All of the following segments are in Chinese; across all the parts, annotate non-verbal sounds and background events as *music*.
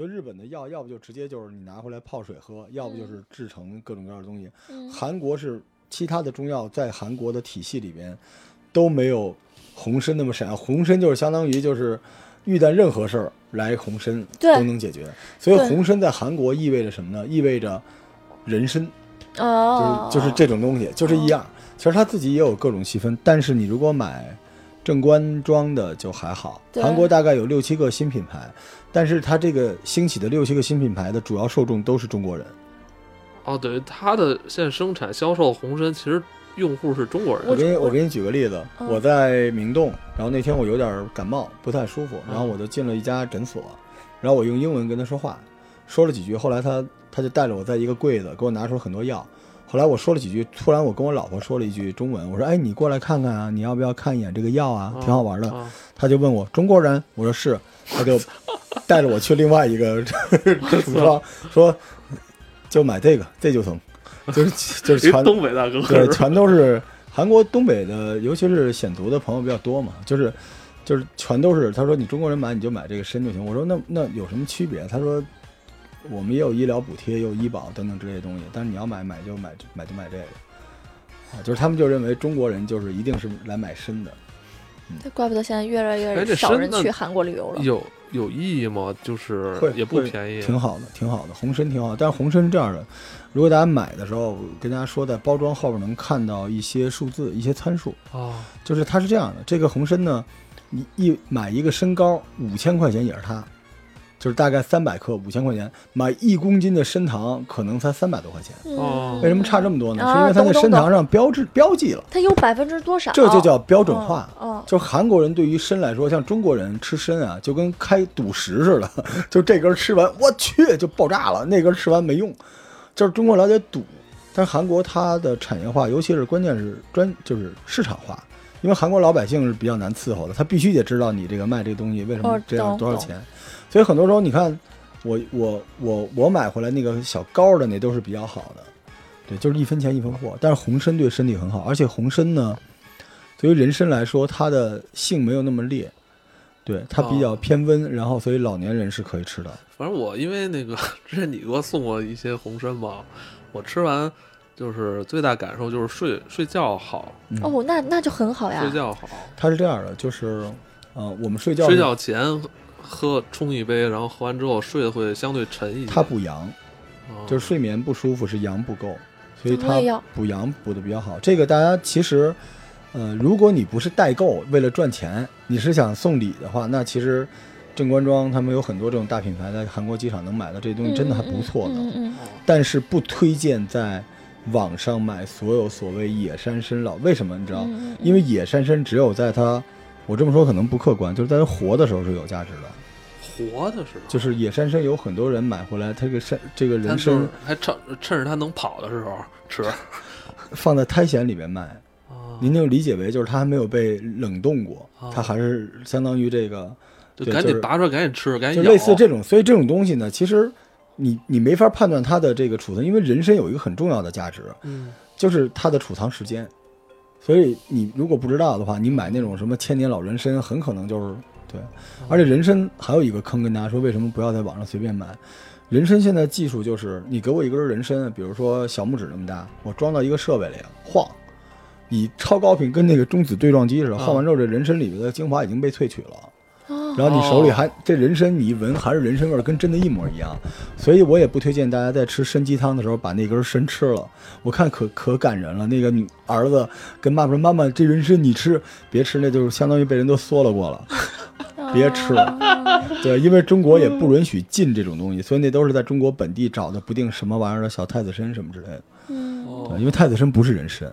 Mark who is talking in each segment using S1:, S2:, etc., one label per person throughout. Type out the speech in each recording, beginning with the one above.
S1: 所以日本的药，要不就直接就是你拿回来泡水喝，要不就是制成各种各样的东西。
S2: 嗯
S1: 韩国是其他的中药在韩国的体系里边都没有红参那么闪耀，红参就是相当于就是遇到任何事儿来红参
S2: 对
S1: 都能解决。所以
S2: 对
S1: 红参在韩国意味着什么呢？意味着人参。
S2: 哦，
S1: 就是就是这种东西，就这一样。其实他自己也有各种细分，但是你如果买正官装的就还好。
S2: 对
S1: 韩国大概有六七个新品牌，但是它这个兴起的六七个新品牌的主要受众都是中国人。
S3: 哦，等于它的现在生产销售红参，其实用户是中国人。
S1: 我给你
S2: 我
S1: 我给你举个例子，
S2: 嗯
S1: 我在明洞，然后那天我有点感冒，不太舒服，然后我就进了一家诊所，然后我用英文跟他说话，说了几句，后来他他就带着我在一个柜子给我拿出很多药，后来我说了几句，突然我跟我老婆说了一句中文，我说哎你过来看看啊，你要不要看一眼这个药啊，
S3: 啊
S1: 挺好玩的。
S3: 啊
S1: 他就问我中国人，我说是，他就带着我去另外一个诊所说就买这个，这就成，就是就是
S3: 人
S1: 全
S3: 东北大 *laughs* 哥
S1: 对，
S3: 是吧？
S1: 全都是韩国东北的，尤其是显族的朋友比较多嘛，就是就是全都是。他说你中国人买你就买这个参就行。我说那那有什么区别？他说我们也有医疗补贴，也有医保等等这些东西，但是你要买买就买买就买这个。啊，就是他们就认为中国人就是一定是来买参的，
S2: 怪不得现在越来
S3: 哎
S2: 越
S3: 这
S2: 少
S3: 参
S2: 人
S3: 那
S2: 去韩国旅游了。
S3: 有有意义吗？就是
S1: 会
S3: 也不
S1: 会
S3: 便宜。啊
S1: 挺好的，挺好的，红参挺好的。但是红参是这样的，如果大家买的时候，跟大家说在包装后边能看到一些数字、一些参数，
S3: 啊，
S1: 就是它是这样的，这个红参呢，你一买一个参膏五千块钱也是它，就是大概三百克五千块钱，买一公斤的参糖可能才三百多块钱。
S3: 哦
S2: 嗯，
S1: 为什么差这么多呢？
S2: 啊
S1: 是因为它在
S2: 懂懂
S1: 参糖上标志标记了，
S2: 它有百分之多少？哦
S1: 这就叫标准化。
S2: 嗯。
S1: 就是韩国人对于参来说，像中国人吃参啊，就跟开赌石似的， *laughs* 就这根吃完，我去就爆炸了，那根吃完没用，就是中国老得赌。但是韩国它的产业化，尤其是关键是专就是市场化，因为韩国老百姓是比较难伺候的，他必须得知道你这个卖这个东西为什么
S2: 哦
S1: 这样
S2: 懂
S1: 多少钱，所以很多时候你看我我我我买回来那个小膏的那都是比较好的，对，就是一分钱一分货。但是红参对身体很好，而且红参呢，对于人参来说，它的性没有那么烈，对，它比较
S3: 哦
S1: 偏温，然后所以老年人是可以吃的。
S3: 反正我因为那个之前你给我送过一些红参嘛，我吃完就是最大感受就是睡睡觉好，
S1: 嗯、，
S2: 哦，那那就很好呀
S3: 睡。觉好，
S1: 它是这样的，就是，呃，我们睡觉
S3: 睡觉前喝冲一杯，然后喝完之后睡得会相对沉一些。
S1: 它补阳，
S3: 啊
S1: 就是睡眠不舒服是阳不够，所以
S2: 怎么
S1: 它
S2: 也要
S1: 补阳补的比较好。这个大家其实，呃，如果你不是代购，为了赚钱，你是想送礼的话，那其实正官庄他们有很多这种大品牌在韩国机场能买到这些东西，真的还不错呢。
S2: 嗯嗯
S3: 哦
S2: 嗯
S1: 但是不推荐在网上买所有所谓野山参老，为什么你知道？
S2: 嗯嗯
S1: 因为野山参只有在它，我这么说可能不客观，就是在它活的时候是有价值的。
S3: 活的是吧
S1: 就是野山参有很多人买回来，它这个山这个
S3: 它
S1: 人
S3: 就是
S1: 参
S3: 还趁趁着它能跑的时候吃。
S1: 放在胎藓里面卖，
S3: 啊
S1: 您就理解为就是它还没有被冷冻过
S3: 哦，
S1: 它还是相当于这个，
S3: 就
S1: 对
S3: 赶
S1: 就
S3: 紧
S1: 是
S3: 拔出来，赶紧吃，赶
S1: 就
S3: 紧
S1: 类似
S3: 咬
S1: 这种。所以这种东西呢，其实你你没法判断它的这个储存，因为人参有一个很重要的价值，
S3: 嗯，
S1: 就是它的储藏时间。所以你如果不知道的话，你买那种什么千年老人参，很可能就是对。而且人参还有一个坑，跟大家说为什么不要在网上随便买。人参现在技术就是，你给我一根人参，比如说小拇指那么大，我装到一个设备里晃，以超高频跟那个中子对撞机似的，
S3: 啊
S1: 晃完之后这人参里面的精华已经被萃取了。
S2: 哦
S1: 然后你手里还这人参，你一闻还是人参味儿，跟真的一模一样。所以我也不推荐大家在吃参鸡汤的时候把那根参吃了。我看可可感人了，那个女儿子跟妈妈说：“妈妈，这人参你吃，别吃，那就是相当于被人都嗦了过了。
S2: 哦
S1: 别吃了
S2: 啊”
S1: 对，因为中国也不允许进这种东西，所以那都是在中国本地找的不定什么玩意儿的小太子参什么之类的。
S2: 嗯，
S1: 对，
S3: 哦
S1: 因为太子参不是人参，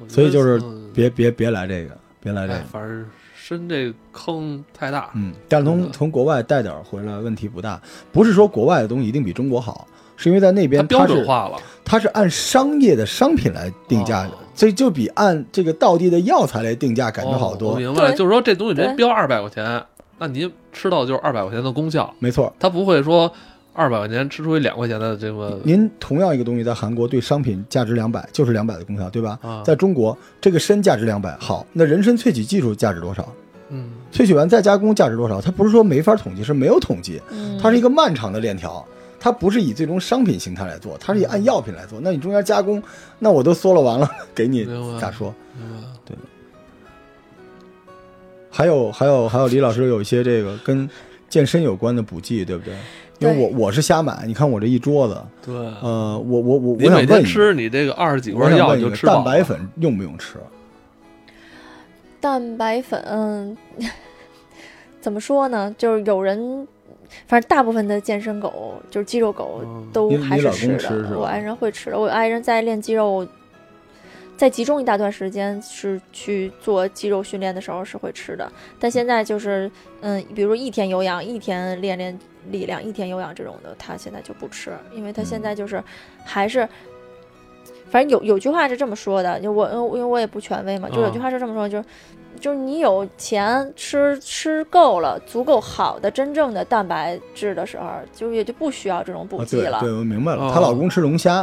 S3: 我觉得
S1: 所以就是
S3: 嗯
S1: 别别别来这个，别来这
S3: 哎
S1: 个。，
S3: 反正深这坑太大。
S1: 嗯，但是
S3: 是
S1: 从
S3: 的
S1: 从国外带点儿回来问题不大，不是说国外的东西一定比中国好，是因为在那
S3: 它
S1: 边
S3: 标
S1: 它
S3: 准
S1: 是
S3: 化了，
S1: 它是按商业的商品来定价的
S3: 哦，
S1: 这、就比按这个道地的药材来定价感觉好
S3: 哦
S1: 多。
S3: 我明白了，
S2: 对
S3: 就是说这东西人
S2: 对
S3: 标二百块钱，那您吃到就是二百块钱的功效，
S1: 没错，
S3: 它不会说二百块钱吃出一两块钱的这么
S1: 您同样一个东西在韩国对商品价值两百，就是两百的功效，对吧？
S3: 啊，
S1: 在中国，这个参价值两百，好，那人参萃取技术价值多少？
S3: 嗯，
S1: 萃取完再加工价值多少？它不是说没法统计，是没有统计，
S2: 嗯，
S1: 它是一个漫长的链条，它不是以最终商品形态来做，它是以
S2: 嗯
S1: 按药品来做。那你中间加工，那我都缩了完了， *laughs* 给你
S2: 啊
S3: 明白
S1: 咋说？
S3: 明白
S1: 还有还有还有，李老师有一些这个跟健身有关的补剂，对不对？因为
S2: 对啊
S1: 我我是瞎买，你看我这一桌子，
S3: 对，
S1: 呃，我我我我
S3: 你每
S1: 想问
S3: 天
S1: 你，
S3: 吃你这个二十几
S1: 我
S3: 罐
S1: 想
S3: 药
S1: 问
S3: 你
S1: 你
S3: 就
S1: 个
S3: 吃饱
S1: 蛋
S3: 了
S1: 白粉用不用吃？
S2: 蛋白粉，嗯， *laughs* 怎么说呢？就是有人，反正大部分的健身狗，就是肌肉狗，
S3: 嗯
S2: 都
S1: 你
S2: 还
S1: 你
S2: 是
S1: 老公
S2: 吃
S1: 吃
S2: 的。
S1: 是吧
S2: 我爱人会吃的，我爱人在练肌肉，在集中一大段时间是去做肌肉训练的时候是会吃的，但现在就是，嗯，比如一天有氧，一天练练力量，一天有氧这种的，他现在就不吃，因为他现
S1: 嗯
S2: 在就是还是。反正有有句话是这么说的，就我呃因为我也不权威嘛，就有句
S3: 嗯
S2: 话是这么说，就是就是你有钱吃吃够了足够好的真正的蛋白质的时候，就也就不需要这种补
S1: 啊，
S2: 剂
S1: 对
S2: 了。
S1: 对，我明白了
S3: 哦，
S1: 她老公吃龙虾，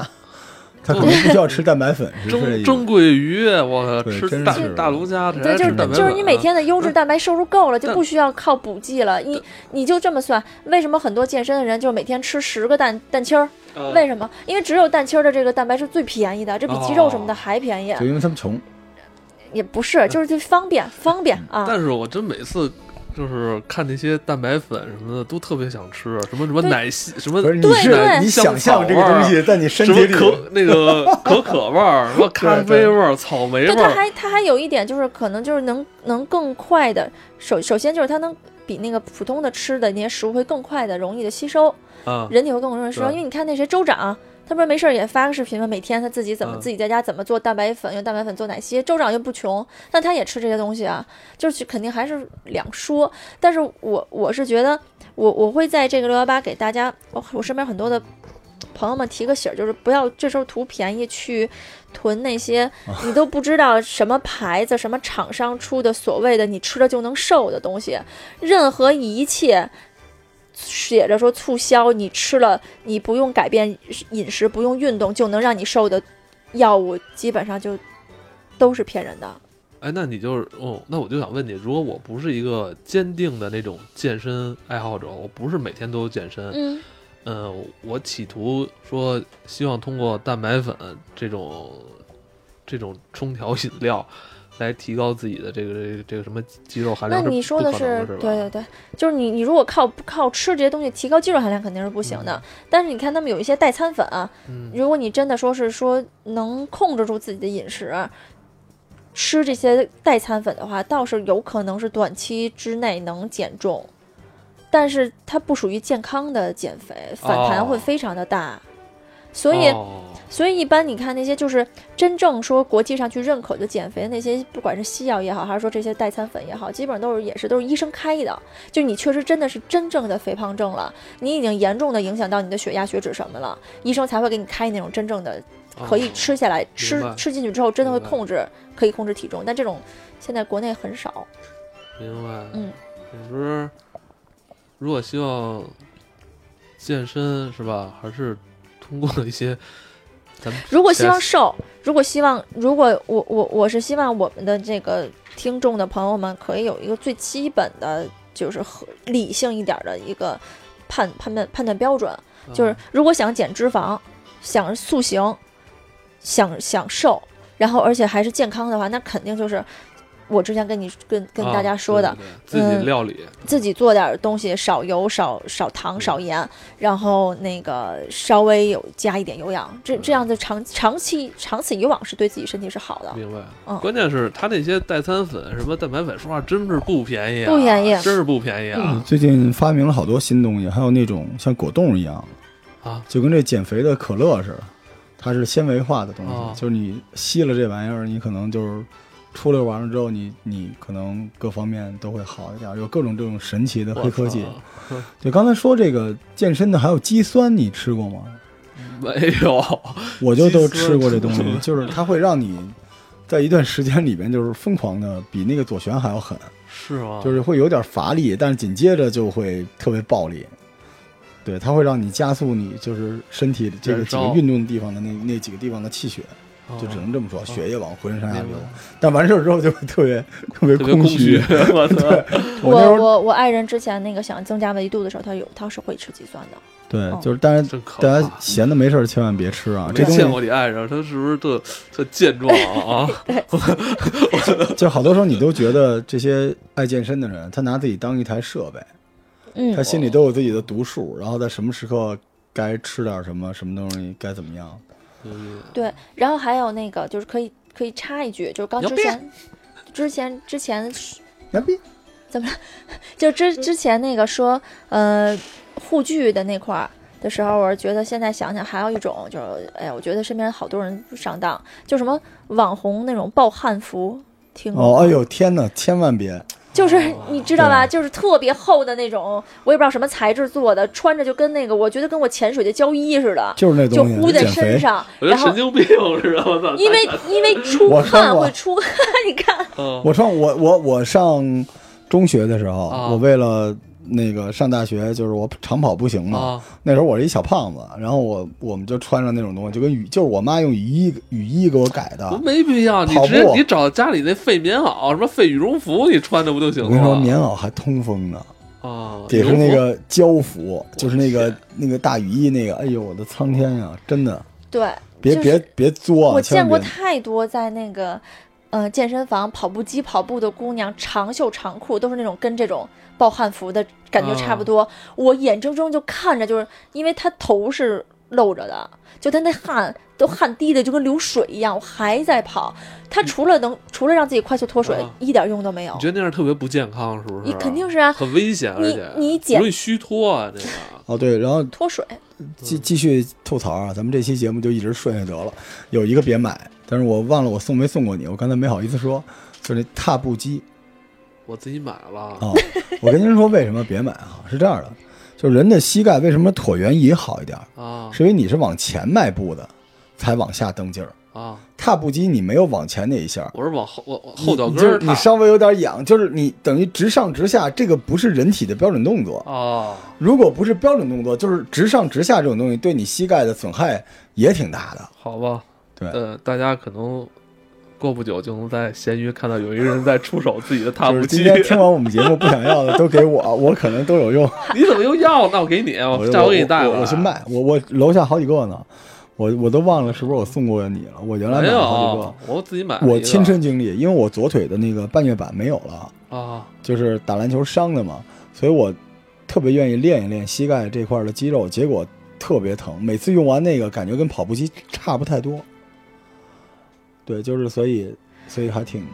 S1: 她可能不需要吃蛋白粉，是不是这
S3: 蒸
S1: 意思？
S3: 蒸鳜鱼，我靠，
S1: 对
S3: 吃
S1: 真
S3: 大
S1: 是
S3: 大龙虾，这
S2: 对，
S3: 还
S2: 就是
S3: 吃蛋白
S2: 就是
S3: 粉
S2: 你每
S3: 啊
S2: 天的优质蛋白摄入够了，就
S3: 但
S2: 不需要靠补剂了。你你就这么算，为什么很多健身的人就每天吃十个蛋蛋清儿？
S3: 嗯
S2: 为什么？因为只有蛋清儿的这个蛋白是最便宜的，这比鸡肉什么的
S3: 哦
S2: 还便宜。
S1: 就因为他们穷，
S2: 也不是，就是就方便方便啊。
S3: 嗯但是我真每次就是看那些蛋白粉什么的，都特别想吃，什么什么
S2: 对
S3: 奶昔，什么
S1: 不是你
S2: 呃对
S1: 是
S2: 对
S1: 你想象这个东西在你身
S3: 什
S1: 体
S3: 么
S1: 里，
S3: 可
S1: *laughs*
S3: 那个可可味儿，什么咖啡味儿、草莓
S2: 对，
S3: 味
S2: 它
S3: 儿，
S2: 还它还有一点就是，可能就是能能更快的，首首先就是它能比那个普通的吃的那些食物会更快的、容易的吸收，
S3: 啊，
S2: 人体会更容易地吸收。
S3: 对
S2: 因为你看那谁州长，他不是没事儿也发个视频吗？每天他自己怎么、
S3: 嗯
S2: 自己在家怎么做蛋白粉，用蛋白粉做奶昔。州长又不穷，但他也吃这些东西啊，就是肯定还是两说。但是我我是觉得，我我会在这个六幺八给大家，我我身边很多的。朋友们提个醒儿，就是不要这时候图便宜去囤那些你都不知道什么牌子、什么厂商出的所谓的你吃了就能瘦的东西，任何一切。写着说促销，你吃了，你不用改变饮食，不用运动就能让你瘦的药物，基本上就都是骗人的。
S3: 哎，那你就是哦，那我就想问你，如果我不是一个坚定的那种健身爱好者，我不是每天都健身，
S2: 嗯，
S3: 嗯，我企图说希望通过蛋白粉这种这种冲调饮料来提高自己的这个这个、这个什么肌肉含
S2: 那
S3: 量。
S2: 你说的
S3: 是不可能
S2: 对
S3: 吧？
S2: 对对，就是你你如果靠靠吃这些东西提高肌肉含量肯定是不行的，但是你看他们有一些代餐粉啊，
S3: 嗯，
S2: 如果你真的说是说能控制住自己的饮食，吃这些代餐粉的话，倒是有可能是短期之内能减重，但是它不属于健康的减肥，反弹会非常的大。所以，
S3: 哦
S2: 所以一般你看那些就是真正说国际上去认可的减肥的那些，不管是西药也好，还是说这些代餐粉也好，基本上都是也是都是医生开的。就你确实真的是真正的肥胖症了，你已经严重的影响到你的血压、血脂什么了，医生才会给你开那种真正的可以吃下来，吃
S3: 哦白
S2: 吃进去之后真的会
S3: 明白
S2: 控制，可以控制体重。但这种现在国内很少。
S3: 明白。
S2: 嗯，
S3: 总之，如果希望健身是吧，还是通过一些咱们
S2: 如果希望
S3: 是
S2: 瘦，如果希望，如果我我我是希望我们的这个听众的朋友们可以有一个最基本的，就是合理性一点儿的一个判判断判断标准，
S3: 嗯
S2: 就是如果想减脂肪，想塑形，想想瘦，然后而且还是健康的话，那肯定就是我之前跟你跟跟大家说的，嗯
S3: 啊，对对对自己料理，
S2: 自己做点儿东西，少油、少少糖、少盐，然后那个稍微有加一点有氧，这
S3: 嗯
S2: 这样子长长期长此以往是对自己身体是好的。
S3: 明白。
S2: 嗯
S3: 关键是他那些代餐粉、什么蛋白粉，说话真是不便宜、啊，
S2: 不便宜
S3: 真是不便宜啊！
S1: 最近发明了好多新东西，还有那种像果冻一样，
S2: 嗯
S3: 啊，
S1: 就跟这减肥的可乐似的，它是纤维化的东西，
S3: 哦
S1: 就是你吸了这玩意儿，你可能就是出溜完了之后，你你可能各方面都会好一点，有各种这种神奇的黑科技
S3: 我。操
S1: 对，刚才说这个健身的还有肌酸，你吃过吗？
S3: 没有，
S2: *laughs*
S1: 我就都吃过这东
S3: 肌
S1: 西，
S3: 酸
S1: 就是它会让你在一段时间里边就是疯狂的比那个左旋还要狠，
S3: 是吗？
S1: 就是会有点乏力，但是紧接着就会特别暴力。对，它会让你加速你就是身体这个
S3: 燃
S1: 几
S3: 烧啊
S1: 个运动地方的那那几个地方的气血，就只能这么说，血液往浑身上下
S3: 哦明
S1: 流。
S3: 白
S1: 但完事儿之后就会特
S3: *laughs*
S1: 别特别
S3: 特别空
S1: 虚
S3: 虚。，
S1: *laughs*
S3: 我操！
S1: 我那时
S2: 我
S1: 候
S2: 我我爱人之前那个想增加维度的时候，他有他是会吃肌酸的，
S1: 对
S2: 嗯，
S1: 就是大家
S3: 真可
S1: 大
S3: 怕
S1: 家闲的没事儿千万别吃啊，这
S3: 没
S1: 东
S3: 见
S1: 西
S3: 过你爱人，他是不是特特健壮啊？
S2: *laughs*
S3: 啊
S1: 就好多时候你都觉得这些爱健身的人，他拿自己当一台设备，他
S2: 嗯，
S1: 心里都有自己的毒数，然后在什么时刻该吃点什么，什么东西该怎么样。
S3: 嗯
S2: 对。然后还有那个就是可以可以插一句，就是刚
S3: 牛
S2: 之
S3: 逼
S2: 前之前之前
S1: 牛逼，
S2: 就之之前那个说，呃，护具的那块儿的时候，我是觉得现在想想，还有一种就是，哎呀，我觉得身边好多人上当，就什么网红那种爆汉服，听过
S1: 哦，
S2: 吗？
S1: 哎呦天哪，千万别！
S2: 就是你知道吧，
S1: 对
S2: 就是特别厚的那种，我也不知道什么材质做的，穿着就跟那个，我觉得跟我潜水的胶衣似的，
S1: 就是那
S2: 就
S1: 东西，
S2: 呼在
S1: 减
S2: 身
S1: 肥。
S2: 上，
S3: 我觉得
S2: 然
S3: 神
S2: 后。
S3: 经病似的，我操！
S2: 因为因为出
S1: 我穿
S2: 汗
S1: 过
S2: 会出汗， *laughs* 你看，
S3: 嗯
S1: 我上我我我上中学的时候，
S3: 啊
S1: 我为了那个上大学，就是我长跑不行嘛，
S3: 啊，
S1: 那时候我是一小胖子，然后我我们就穿上那种东西，就跟雨就是我妈用雨衣雨衣给我改的。
S3: 我没必要，你
S1: 跑
S3: 直接
S1: 步
S3: 你找家里那废棉袄，什么废羽绒服，你穿着不就行
S1: 我
S3: 了
S1: 跟
S3: 吗？
S1: 你说，棉袄还通风呢，
S3: 啊，
S1: 也是
S3: 羽绒
S1: 那
S3: 服
S1: 个胶服，就是那个
S3: 天
S1: 那个大雨衣那个，哎呦我的苍天呀，真的，
S2: 对，
S1: 别
S2: 就是
S1: 别别作啊，
S2: 我
S1: 千
S2: 见
S1: 万
S2: 过
S1: 别。
S2: 太多在那个，呃，健身房跑步机跑步的姑娘，长袖长裤都是那种跟这种暴汗服的感觉差不多。我眼睁睁就看着，就是因为她头是露着的，就她那汗都汗滴的就跟流水一样，我还在跑。她除了能、除了让自己快速脱水，
S3: 啊
S2: 一点用都没有
S3: 你。觉得那样特别不健康，是不是？
S2: 你肯定是啊
S3: 很危险，而
S2: 你
S3: 且
S2: 你减
S3: 容易虚脱啊，这个。
S1: 哦对，然后
S2: 脱水，
S1: 继继续吐槽啊，咱们这期节目就一直顺下去得了。有一个别买，但是我忘了我送没送过你，我刚才没好意思说，就是那踏步机
S3: 我自己买了
S1: 啊、，我跟您说为什么别买啊？是这样的，就是人的膝盖为什么椭圆仪好一点儿，
S3: 啊
S1: 是因为你是往前迈步的，才往下蹬劲儿。
S3: 啊！
S1: 踏步机你没有往前那一下儿，
S3: 我是往后我我后脚
S1: 你
S3: 跟
S1: 就是
S3: 儿
S1: 你稍微有点仰，就是你等于直上直下，这个不是人体的标准动作。
S3: 啊，
S1: 如果不是标准动作，就是直上直下这种东西，对你膝盖的损害也挺大的。
S3: 好吧，
S1: 对
S3: 呃，大家可能过不久就能在闲鱼看到有一个人在出手自己的踏
S1: 就
S3: 步
S1: 是
S3: 机
S1: 今，天听完我们节目不想要的都给我，我可能都有用。
S3: *laughs* 你怎么又要？那我给你，
S1: 我
S3: 下回给你
S1: 我
S3: 带
S1: 我
S3: 过来
S1: 我去。卖，我我楼下好几个呢，我我都忘了是不是我送过你了。我原来
S3: 没
S1: 买了
S3: 有
S1: 好，
S3: 我自己买
S1: 几
S3: 了
S1: 个，
S3: 一个。
S1: 我亲身经历，因为我左腿的那个半月板没有了。
S3: 啊，
S1: 就是打篮球伤的嘛，所以我特别愿意练一练膝盖这块的肌肉，结果特别疼，每次用完那个感觉跟跑步机差不太多。对，就是所以所以还挺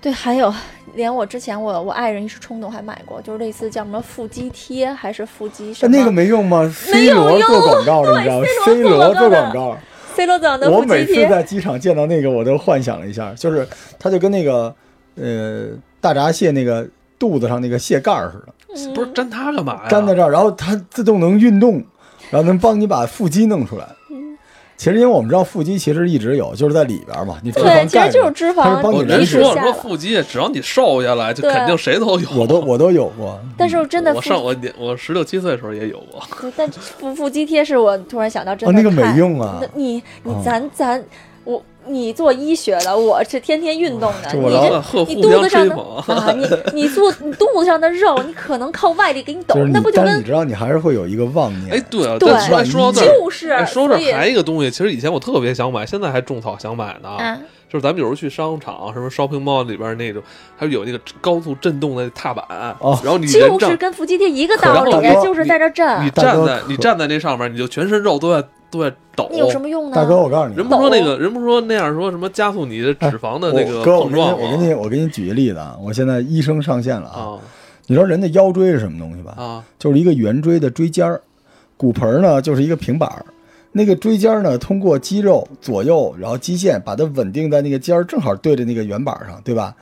S2: 对，还有连我之前我我爱人一时冲动还买过，就是类似叫什么腹肌贴还是腹肌什
S1: 但
S2: 么
S1: 哎那个没用吗
S2: 没
S1: ？C
S2: 有
S1: 罗
S2: 用
S1: 做广告的，你知道吗？C
S2: 对 C
S1: 罗
S2: 罗
S1: 做广
S2: 做广
S1: 告，
S2: C 罗总的
S1: 我
S2: 腹肌
S1: 每次
S2: 贴。
S1: 在机场见到那个我都幻想了一下，就是它就跟那个呃大闸蟹那个肚子上那个蟹盖儿似的。
S2: 嗯
S3: 不是粘它干嘛呀？
S1: 粘在这儿，然后它自动能运动，然后能帮你把腹肌弄出来。
S2: 嗯
S1: 其实因为我们知道腹肌其实一直有，就是在里边嘛，你脂肪
S2: 对，其
S1: 盖
S2: 实就
S1: 着。
S2: 是脂
S1: 它是
S2: 肪
S1: 帮
S3: 我
S1: 你燃
S3: 人
S2: 一直
S1: 脂
S3: 说
S2: 下
S3: 说
S2: 了。
S3: 腹肌，只要你瘦下来，就
S2: 对
S3: 肯定谁都有。
S1: 我都我都有过，
S2: 但是真的
S3: 我
S2: 腹，
S3: 上我年我十六七岁的时候也有过，
S2: 但腹腹肌贴是我突然想到，真
S1: 哦那
S2: 的、
S1: 个没。用啊
S2: 那，你你
S1: 嗯
S2: 咱咱我你做医学的，我是天天运动的，
S1: 这
S2: 你
S1: 我老
S2: 这
S3: *laughs* 了呵
S2: 你
S3: 互
S2: 肚
S3: 相
S2: 子上
S3: 吹
S2: 的
S3: 捧。
S2: 啊，你你肚你肚子上的肉，你可能靠外力给你抖
S1: 就是，你
S2: 那不，就
S1: 但是你
S2: 跟
S1: 知道你还是会有一个妄
S3: 哎，
S1: 念，
S3: 对啊，
S2: 对
S3: 但说说到这儿，
S2: 就是
S3: 哎，说到
S2: 所
S3: 这
S2: 以
S3: 儿还一个东西，其实以前我特别想买，现在还种草想买呢。
S2: 啊
S3: 就是咱们有时候去商场，什么 shopping mall 里边那种，它有那个高速震动的踏板，
S1: 哦
S3: 然后你人
S2: 就是
S3: 站，
S2: 跟腹肌贴一个
S3: 可
S2: 道
S3: 然
S2: 理
S3: 后，
S1: 大哥
S2: 就是在这站，
S3: 你
S1: 大
S3: 站
S1: 哥
S3: 在
S1: 可
S3: 你站在那上面，你就全身肉都在都在抖。
S2: 你有什么啊用呢？
S1: 哦大哥，我告诉你
S3: 人，不说那个人不说那样说什么加速你的脂肪的那
S1: 哎我
S3: 个
S1: 哥，我
S3: 碰
S1: 给你
S3: 撞吗？
S1: 我给你我给你举个例子啊，我现在医生上线了啊，
S3: 啊
S1: 你知道人的腰椎是什么东西吧？ *laughs*
S3: 啊
S1: 就是一个圆锥的椎尖儿，骨盆儿呢就是一个平板儿，那个椎尖儿呢通过肌肉左右，然后肌线把它稳定在那个尖儿，正好对着那个圆板儿上，对吧？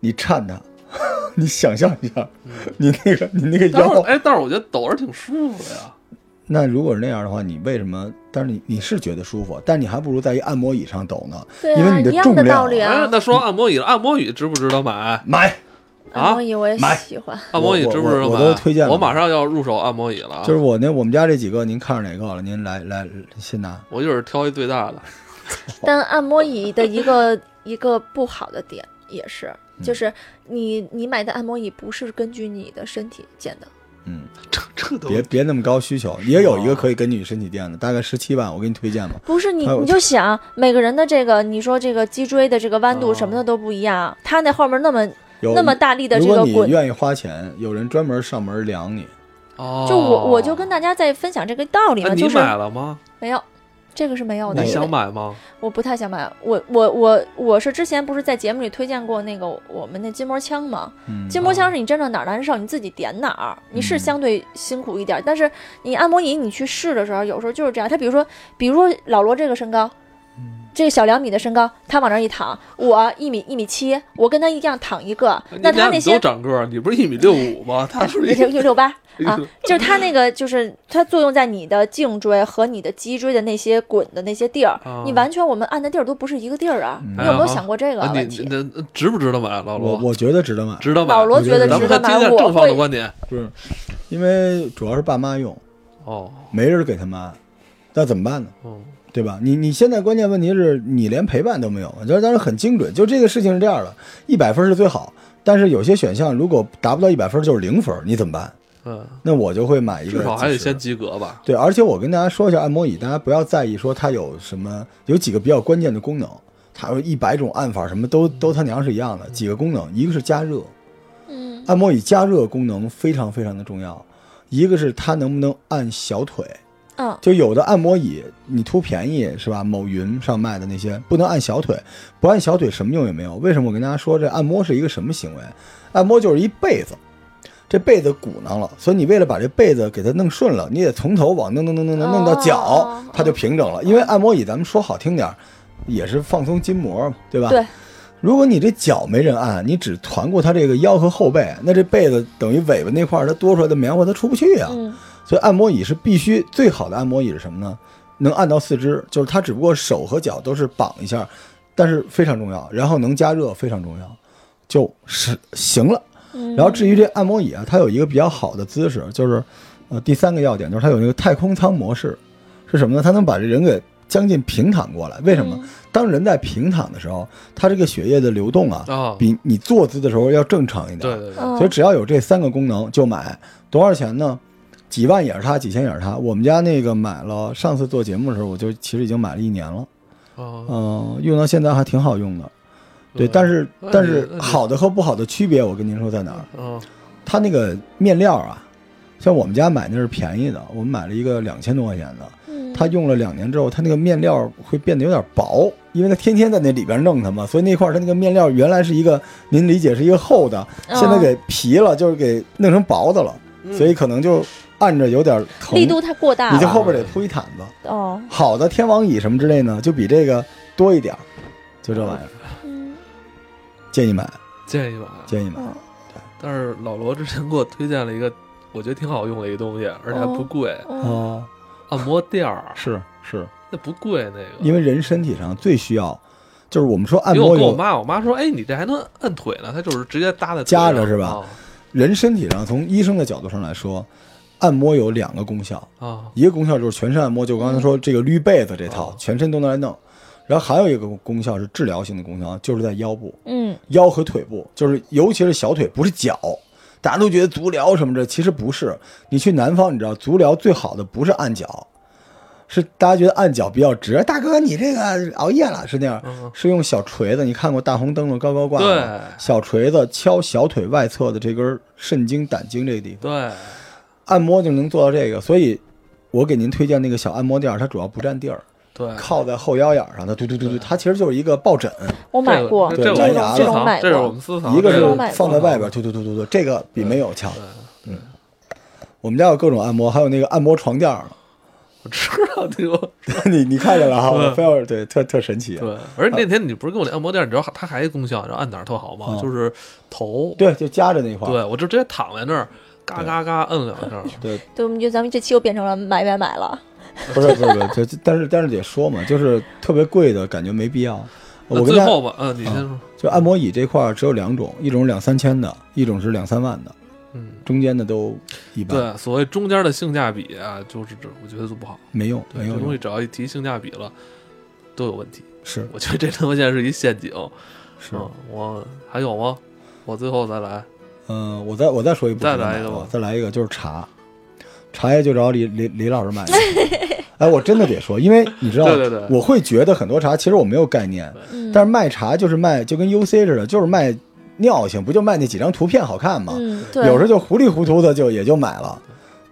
S1: 你颤它， *laughs* 你想象一下，
S3: 嗯
S1: *laughs* 你那个你那个
S3: 但是
S1: 腰，
S3: 哎，但是我觉得抖着挺舒服的呀。
S1: 那如果是那样的话，你为什么？但是你你是觉得舒服，但你还不如在一按摩椅上抖呢，
S2: 对
S1: 因
S2: 啊，
S1: 为你
S2: 一
S1: 重
S2: 样的道
S1: 量
S2: 理
S3: 哎
S2: 啊，。
S3: 那说按摩椅了，按摩椅值不值得买？
S1: 买。
S3: 啊
S2: 按摩椅啊我也
S1: 买
S2: 喜欢，
S3: 按摩椅值不值得买？
S1: 我我我都推荐了
S3: 啊我马上要入手按摩椅了啊，
S1: 就是我那我们家这几个，您看上哪个了？您来来先拿。
S3: 我一会儿挑一最大的。
S2: 但按摩椅的一个 *laughs* 一个不好的点也是，
S1: 嗯
S2: 就是你你买的按摩椅不是根据你的身体建的，
S1: 嗯，
S3: 这 *laughs* 这都啊
S1: 别别那么高需求，也有一个可以根据你身体垫的，大概十七万，我给你推荐吧。
S2: 不是你
S1: 还有
S2: 你就想每个人的这个，你说这个脊椎的这个弯度什么的都不一样，他那后面那么
S1: 有
S2: 那么大力的
S1: 如
S2: 这
S1: 果
S2: 个
S1: 你
S2: 滚，
S1: 愿意花钱，有人专门上门量你，
S3: 哦，
S2: 就我我就跟大家在分享这个道理
S3: 那
S2: 嘛，
S3: 你
S2: 就是
S3: 买了吗？
S2: 没有。这个是没有的，
S3: 你
S2: 因为
S3: 想买吗？
S2: 我不太想买。我我我我是之前不是在节目里推荐过那个我们那筋膜枪吗？
S1: 嗯，
S2: 筋
S3: 啊
S2: 膜枪是你真正哪儿难受，你自己点哪儿，你
S3: 嗯
S2: 是相对辛苦一点。但是你按摩椅你去试的时候，有时候就是这样。他比如说，比如说老罗这个身高，
S3: 嗯
S2: 这个小两米的身高，他往那儿一躺，我一米一米七，我跟他一样躺一个，那
S3: 你
S2: 他
S3: 俩
S2: 那
S3: 你
S2: 些
S3: 都长个儿，你不是一米六五吗？他是不是
S2: 也就就六八 *laughs* 啊，
S3: 一
S2: 就是他那个就是它作用在你的颈椎和你的脊椎的那些滚的那些地儿，
S3: 啊
S2: 你完全我们按的地儿都不是一个地儿啊。
S1: 嗯
S2: 你有没有想过这个
S3: 啊，
S2: 问
S3: 你
S2: 题？
S3: 那值不值得买，啊老
S1: 我
S3: 罗？
S1: 我觉得值得买，
S3: 值得买。
S2: 老罗觉得
S3: 咱
S2: 值
S3: 们
S2: 得
S3: 再
S2: 买
S3: 听一下，正
S2: 我
S3: 方的
S2: 会
S3: 观点。
S1: 就是因为主要是爸妈用，
S3: 哦，
S1: 没人给他妈，那怎么办呢？
S3: 嗯，
S1: 对吧？你你现在关键问题是你连陪伴都没有，就是当然很精准。就这个事情是这样的，一百分是最好，但是有些选项如果达不到一百分就是零分，你怎么办？
S3: 嗯，
S1: 那我就会买一个，
S3: 至少还得先及格吧。
S1: 对。而且我跟大家说一下，按摩椅大家不要在意说它有什么，有几个比较关键的功能，它有一百种按法，什么都都他娘是一样的，几个功能，一个是加热，
S2: 嗯，
S1: 按摩椅加热功能非常非常的重要，一个是它能不能按小腿，
S2: 嗯，
S1: 就有的按摩椅，你图便宜是吧？某云上卖的那些不能按小腿，不按小腿什么用也没有。为什么我跟大家说这按摩是一个什么行为？按摩就是一被子，这被子鼓囊了，所以你为了把这被子给它弄顺了，你得从头往弄弄弄弄弄弄到脚
S2: 哦，
S1: 它就平整了。因为按摩椅咱们说好听点儿，也是放松筋膜嘛，对吧？
S3: 啊
S2: 对。
S1: 如果你这脚没人按，你只团过它这个腰和后背，那这被子等于尾巴那块儿它多出来的棉花它出不去呀、啊
S2: 嗯，
S1: 所以按摩椅是必须最好的按摩椅是什么呢？能按到四肢，就是它只不过手和脚都是绑一下，但是非常重要。然后能加热非常重要，就是行了。
S2: 嗯
S1: 然后至于这按摩椅啊，它有一个比较好的姿势，就是呃第三个要点就是它有那个太空舱模式，是什么呢？它能把这人给将近平躺过来。为什么？
S2: 嗯
S1: 当人在平躺的时候，它这个血液的流动啊，
S3: 啊，
S1: 比你坐姿的时候要正常一点。
S3: 对对对，
S2: 嗯
S1: 所以只要有这三个功能就买，多少钱呢？几万也是它，几千也是它。我们家那个买了，上次做节目的时候，我就其实已经买了一年了，
S3: 啊
S1: 嗯、，用到现在还挺好用的。对，但是
S3: 那你
S1: 但是
S3: 那你
S1: 好的和不好的区别，我跟您说在哪儿？
S3: 嗯，
S1: 它那个面料啊，像我们家买那是便宜的，我们买了一个两千多块钱的，
S2: 嗯
S1: 它用了两年之后，它那个面料会变得有点薄，因为它天天在那里边弄它嘛，所以那块儿它那个面料原来是一个，您理解是一个厚的，
S2: 嗯
S1: 现在给皮了，就是给弄成薄的了，
S3: 嗯
S1: 所以可能就按着有点疼，
S2: 力度太过大
S1: 你就
S2: 了，
S1: 后边得铺一毯子。
S2: 哦，
S1: 好的天王椅什么之类呢，就比这个多一点儿，就这玩意儿，
S2: 嗯
S1: 建议买，
S3: 建议吧。
S1: 建议买。
S2: 嗯
S3: 但是老罗之前给我推荐了一个，我觉得挺好用的一个东西，而且还不贵，
S2: 嗯
S1: 哦，
S3: 按摩垫儿，
S1: 是是，
S3: 那不贵那个。
S1: 因为人身体上最需要，就是我们说按
S3: 因为
S1: 摩
S3: 我跟我
S1: 有
S3: 妈，我妈说：“哎，你这还能摁腿呢？”它就是直接搭在腿
S1: 夹
S3: 上
S1: 着是吧？人身体上，从医生的角度上来说，按摩有两个功效，
S3: 啊啊，
S1: 一个功效就是全身按摩，就我刚才说这个捋被子这套
S3: 哦，
S1: 全身都能来弄。然后还有一个功效是治疗性的功效，就是在腰部。
S2: 嗯
S1: 腰和腿部，就是尤其是小腿，不是脚。大家都觉得足疗什么的，其实不是。你去南方，你知道足疗最好的不是按脚，是大家觉得按脚比较直。大哥，你这个熬夜了是那样，
S3: 嗯
S1: 是用小锤子。你看过大红灯笼高高挂吗？
S3: 对
S1: 小锤子敲小腿外侧的这根肾经、胆经这个地方。
S3: 对，
S1: 按摩就能做到这个，所以我给您推荐那个小按摩垫儿，它主要不占地儿，
S3: 对，
S1: 靠在后腰眼儿上，它嘟嘟嘟嘟，它其实就是一个抱枕，
S2: 我买过
S1: 对
S3: 这这
S2: 种
S3: 我
S1: 蓝
S3: 们
S1: 牙的
S2: 这种
S3: 私藏
S2: 买
S3: 这啊是我
S2: 过
S3: 们，私藏，
S1: 一个
S2: 这
S1: 是
S2: 个我买过
S1: 放在外边儿突突突突突，这个比没有强。嗯
S3: 对
S1: 我们家有各种按摩，还有那个按摩床垫儿呢， *laughs*
S3: 我知道这个。
S1: 你你看见了哈，
S3: 嗯
S1: 我非要对特特神奇。
S3: 对，而且那天你不是跟我那按摩垫儿，你知道它还有一功效，你知道按哪儿特好吗？
S1: 嗯
S3: 就是头。
S1: 对，就夹着那块儿。
S3: 对，我就直接躺在那儿，嘎嘎嘎摁两下儿。
S1: *laughs* 对，
S2: 对，我们就咱们这期又变成了买买买了，
S1: 不是不是不是，就就但是但是得说嘛，就是特别贵的感觉没必要。
S3: 那
S1: 我跟
S3: 最
S1: 大家啊
S3: 后吧，嗯，你先说，
S1: 就按摩椅这块儿只有两种，一种是两三千的，一种是两三万的，
S3: 嗯。
S1: 中间的都一般，
S3: 对，所谓中间的性价比啊，就是这，我觉得就不好。
S1: 没用
S3: 对，
S1: 没
S3: 这
S1: 用
S3: 东。西只要一提性价比了，都有问题。
S1: 是
S3: 我觉得这他妈现在是一陷阱。
S1: 是，
S3: 嗯，我还有吗？我最后再来。
S1: 嗯、我再我再说一部分
S3: 再
S1: 吧，
S3: 来一个吧
S1: 再来一个就是茶，茶叶就找李李李老师
S2: *laughs*
S1: 买的。哎，我真的得说，因为你知道，
S3: 对对对
S1: 我会觉得很多茶其实我没有概念，
S2: 嗯，
S1: 但是卖茶就是卖，就跟 UC 似的，就是卖尿性，不就卖那几张图片好看吗？
S2: 嗯，对，
S1: 有时候就糊里糊涂的就也就买了，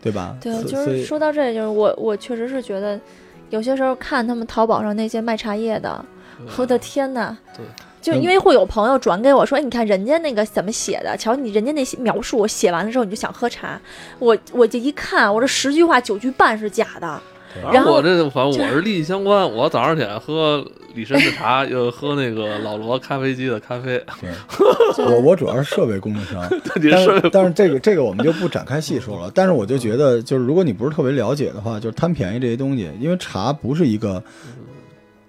S1: 对吧？
S2: 对，
S1: 所
S2: 就
S1: 所
S2: 是
S1: 以
S2: 说到这里，就是我我确实是觉得，有些时候看他们淘宝上那些卖茶叶的，我的天呐！
S3: 对
S2: 就
S1: 嗯
S2: 因为会有朋友转给我说，哎，你看人家那个怎么写的，瞧你人家那些描述，我写完了之后你就想喝茶，我我就一看，我这十句话九句半是假的，
S3: 反
S2: 然
S3: 正
S2: 后
S3: 我这反正
S2: 就
S3: 我
S2: 是
S3: 是利益相关，我早上起来喝李绅的茶，又喝那个老罗咖啡机的咖啡。 *laughs*
S1: 对
S2: *laughs* 就
S1: 我我主要是设备供应商，
S3: 你
S1: 但
S3: 是
S1: 是但是这个这个我们就不展开细说了。但是我就觉得，就是如果你不是特别了解的话，就是贪便宜这些东西，因为茶不是一个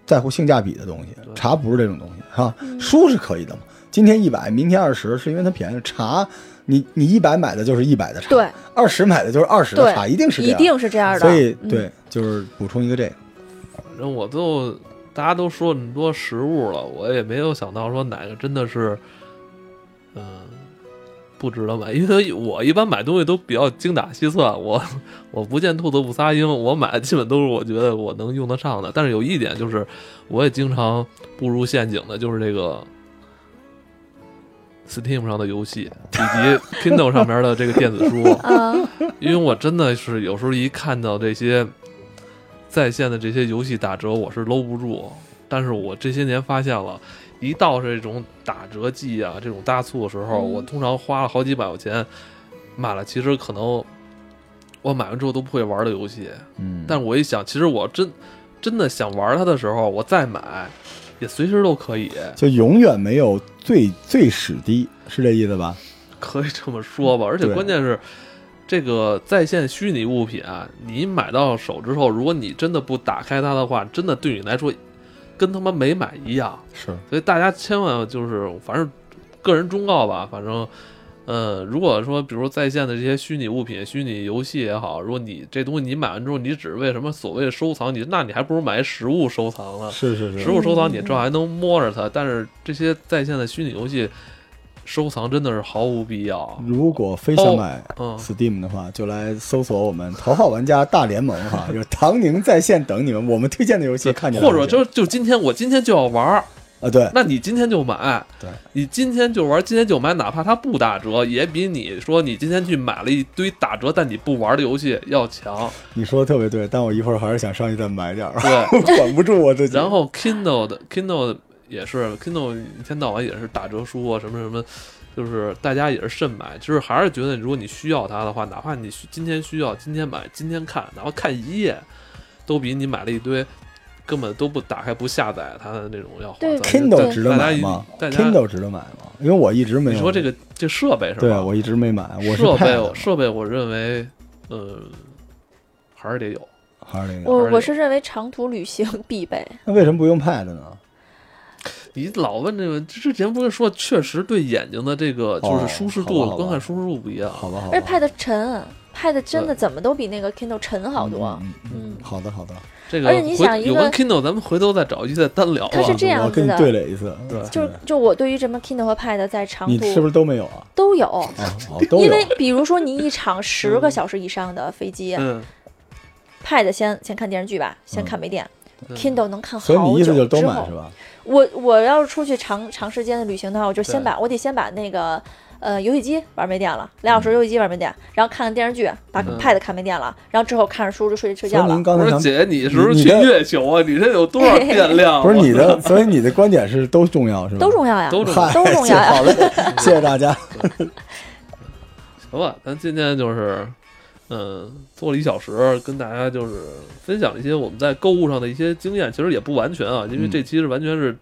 S1: 在乎性价比的东西，茶不是这种东西哈。书是可以的嘛，今天一百，明天二十，是因为它便宜。茶，你你一百买的就是一百的茶，
S2: 对，
S1: 二十买的就是二十的
S2: 对
S1: 茶，一定是这
S2: 一
S1: 样。
S2: 定是这样的。
S1: 所以
S2: 嗯 *laughs*
S1: 对，就是补充一个这个，
S3: 反正我都大家都说那么多食物了，我也没有想到说哪个真的是，嗯、不值得买。因为我一般买东西都比较精打细算，我我不见兔子不撒鹰，我买的基本都是我觉得我能用得上的。但是有一点就是，我也经常步入陷阱的，就是这个。Steam 上的游戏以及 Kindle 上面的这个电子书，
S2: 啊，
S3: 因为我真的是有时候一看到这些在线的这些游戏打折，我是搂不住。但是我这些年发现了，一到这种打折季啊，这种大促的时候，
S2: 嗯
S3: 我通常花了好几百块钱买了，其实可能我买完之后都不会玩的游戏。
S1: 嗯，
S3: 但我一想，其实我真真的想玩它的时候，我再买也随时都可以，
S1: 就永远没有最最史低，是这意思吧？
S3: 可以这么说吧。而且
S1: 对
S3: 关键是。这个在线虚拟物品啊，你买到手之后，如果你真的不打开它的话，真的对你来说，跟他妈没买一样。
S1: 是，
S3: 所以大家千万就是，反正个人忠告吧，反正，呃，如果说比如在线的这些虚拟物品、虚拟游戏也好，如果你这东西你买完之后，你只为什么所谓的收藏，你那你还不如买实物收藏呢。
S1: 是是
S3: 实物收藏
S1: 嗯
S3: 你这还能摸着它，但是这些在线的虚拟游戏收藏真的是毫无必要。
S1: 如果非想买
S3: 嗯，
S1: Steam 的话，就来搜索我们头号玩家大联盟
S3: *laughs*
S1: 哈，有唐宁在线等你们。我们推荐的游戏看见了
S3: 或者
S1: 就
S3: 就就今天我今天就要玩儿，
S1: 啊，对
S3: 那你今天就买，
S1: 对，
S3: 你今天就玩，今天就买，哪怕它不打折，也比你说你今天去买了一堆打折但你不玩的游戏要强。
S1: 你说的特别对，但我一会儿还是想上去再买点儿，
S3: 对，
S1: 管不住 *laughs* 我自己。
S3: 然后 Kindle 的 Kindle 也是 Kindle 一天到晚也是打折书啊，什么什么，就是大家也是慎买，就是还是觉得如果你需要它的话，哪怕你需今天需要，今天买，今天看，哪怕看一页，都比你买了一堆根本都不打开不下载它的那种要划
S2: 对。
S3: 算
S1: Kindle
S2: 对
S1: 值得买吗
S3: 大家
S1: ？Kindle 值得买吗？因为我一直没有。
S3: 你说这个这设备是吧？
S1: 对啊我一直没买，我是
S3: 设
S1: Pad
S3: 备
S1: 的
S3: 设备，我认为，呃，还是得有。
S1: 还是那个。
S2: 我我是认为长途旅行必备，
S1: 那为什么不用 Pad 呢？
S3: 你老问这个，之前不是说确实对眼睛的这个就是舒适度，
S1: 哦好吧好吧
S3: 观看舒适度不一样。
S1: 好吧，好吧。
S2: 而且哎 Pad 沉，Pad 真的怎么都比那个 Kindle 沉好多。
S1: 嗯。嗯
S2: 嗯
S1: 嗯，好的好的，
S3: 这个
S2: 而且你
S3: 回
S2: 想一个
S3: 有关 Kindle，咱们回头再找一再单聊吧。啊
S2: 它是这样
S1: 我跟
S2: 子
S1: 你
S2: 的
S1: 对垒一次，
S3: 对
S2: 就就我对于什么 Kindle 和 Pad 在长
S1: 你是不
S2: 途
S1: 是都没有啊？
S2: 都有，
S1: 啊，哦都
S2: 因
S1: 有嗯
S2: 为比如说你一
S1: *laughs*
S2: 场十个小时以上的飞机
S3: 嗯，
S2: ，Pad 先先看电视剧吧，先看没电
S3: 嗯
S2: ，Kindle 能看好
S1: 所以你意
S2: 久
S1: 思就是都
S2: 之
S1: 买
S2: 后
S1: 是，吧？
S2: 我我要是出去长长时间的旅行的话，我就先
S3: 对
S2: 把我得先把那个呃游戏机玩没电了，俩小时游戏机玩没电，然后看看电视剧，把
S3: 嗯
S2: Pad 看没电了，然后之后看着书就睡睡
S1: 所
S2: 觉
S1: 以
S2: 了
S1: 您。刚
S3: 不
S1: 才
S3: 是
S1: 想
S3: 姐，你是不是
S1: 你
S3: 去
S1: 的
S3: 月球啊？你这有多少电量啊？
S1: 不是你
S3: *laughs*
S1: 的，所以你的观点是都重要是吧？
S2: 都重要呀，
S3: 都重要
S1: 嗨，
S2: 都重要呀
S1: 好嘞，谢谢大家。
S3: 行吧，咱今天就是，嗯，做了一小时，跟大家就是分享一些我们在购物上的一些经验，其实也不完全啊，因为
S1: 嗯
S3: 这期是完全是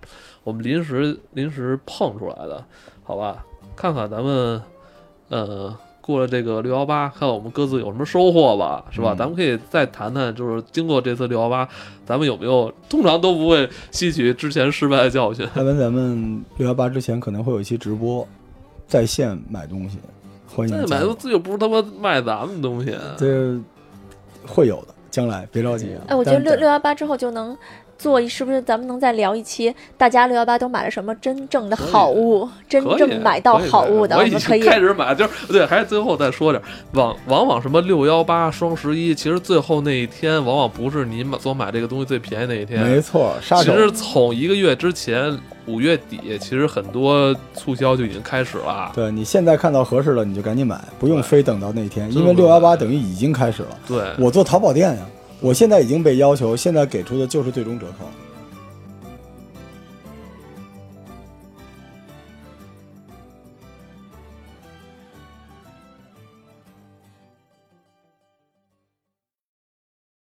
S3: 我们临时临时碰出来的，好吧？看看咱们，呃，过了这个六幺八，看我们各自有什么收获吧，是吧？
S1: 嗯
S3: 咱们可以再谈谈，就是经过这次六幺八，咱们有没有通常都不会吸取之前失败的教训，
S1: 看完咱们六幺八之前可能会有一期直播，在线买东西，欢迎
S3: 那
S1: 加
S3: 买
S1: 入。
S3: 自又不是他妈卖咱们东西，
S1: 这会有的，将来别着急啊。
S2: 哎，我觉得
S1: 但
S2: 六六幺八之后就能做一是不是咱们能再聊一期，大家六幺八都买了什么真正的好物，真
S3: 啊可以啊
S2: 正买到
S3: 可以
S2: 好物的，
S3: 我
S2: 我
S3: 已
S2: 们可
S3: 经
S2: 以
S3: 开始买，就是对，还是最后再说点儿，往往往什么六幺八、双十一，其实最后那一天往往不是你买所买这个东西最便宜那一
S1: 没
S3: 天。
S1: 错，杀
S3: 啊其
S1: 手
S3: 实从一个月之前，五月底，其实很多促销就已经开始了。
S1: 对你现在看到合适的你就赶紧买，不用
S3: 对
S1: 非等到那天，
S3: 真
S1: 因为
S3: 不
S1: 六
S3: 用
S1: 幺
S3: 买
S1: 八等于已经开始了。
S3: 对，
S1: 我做淘宝店呀，我现在已经被要求，现在给出的就是最终折扣，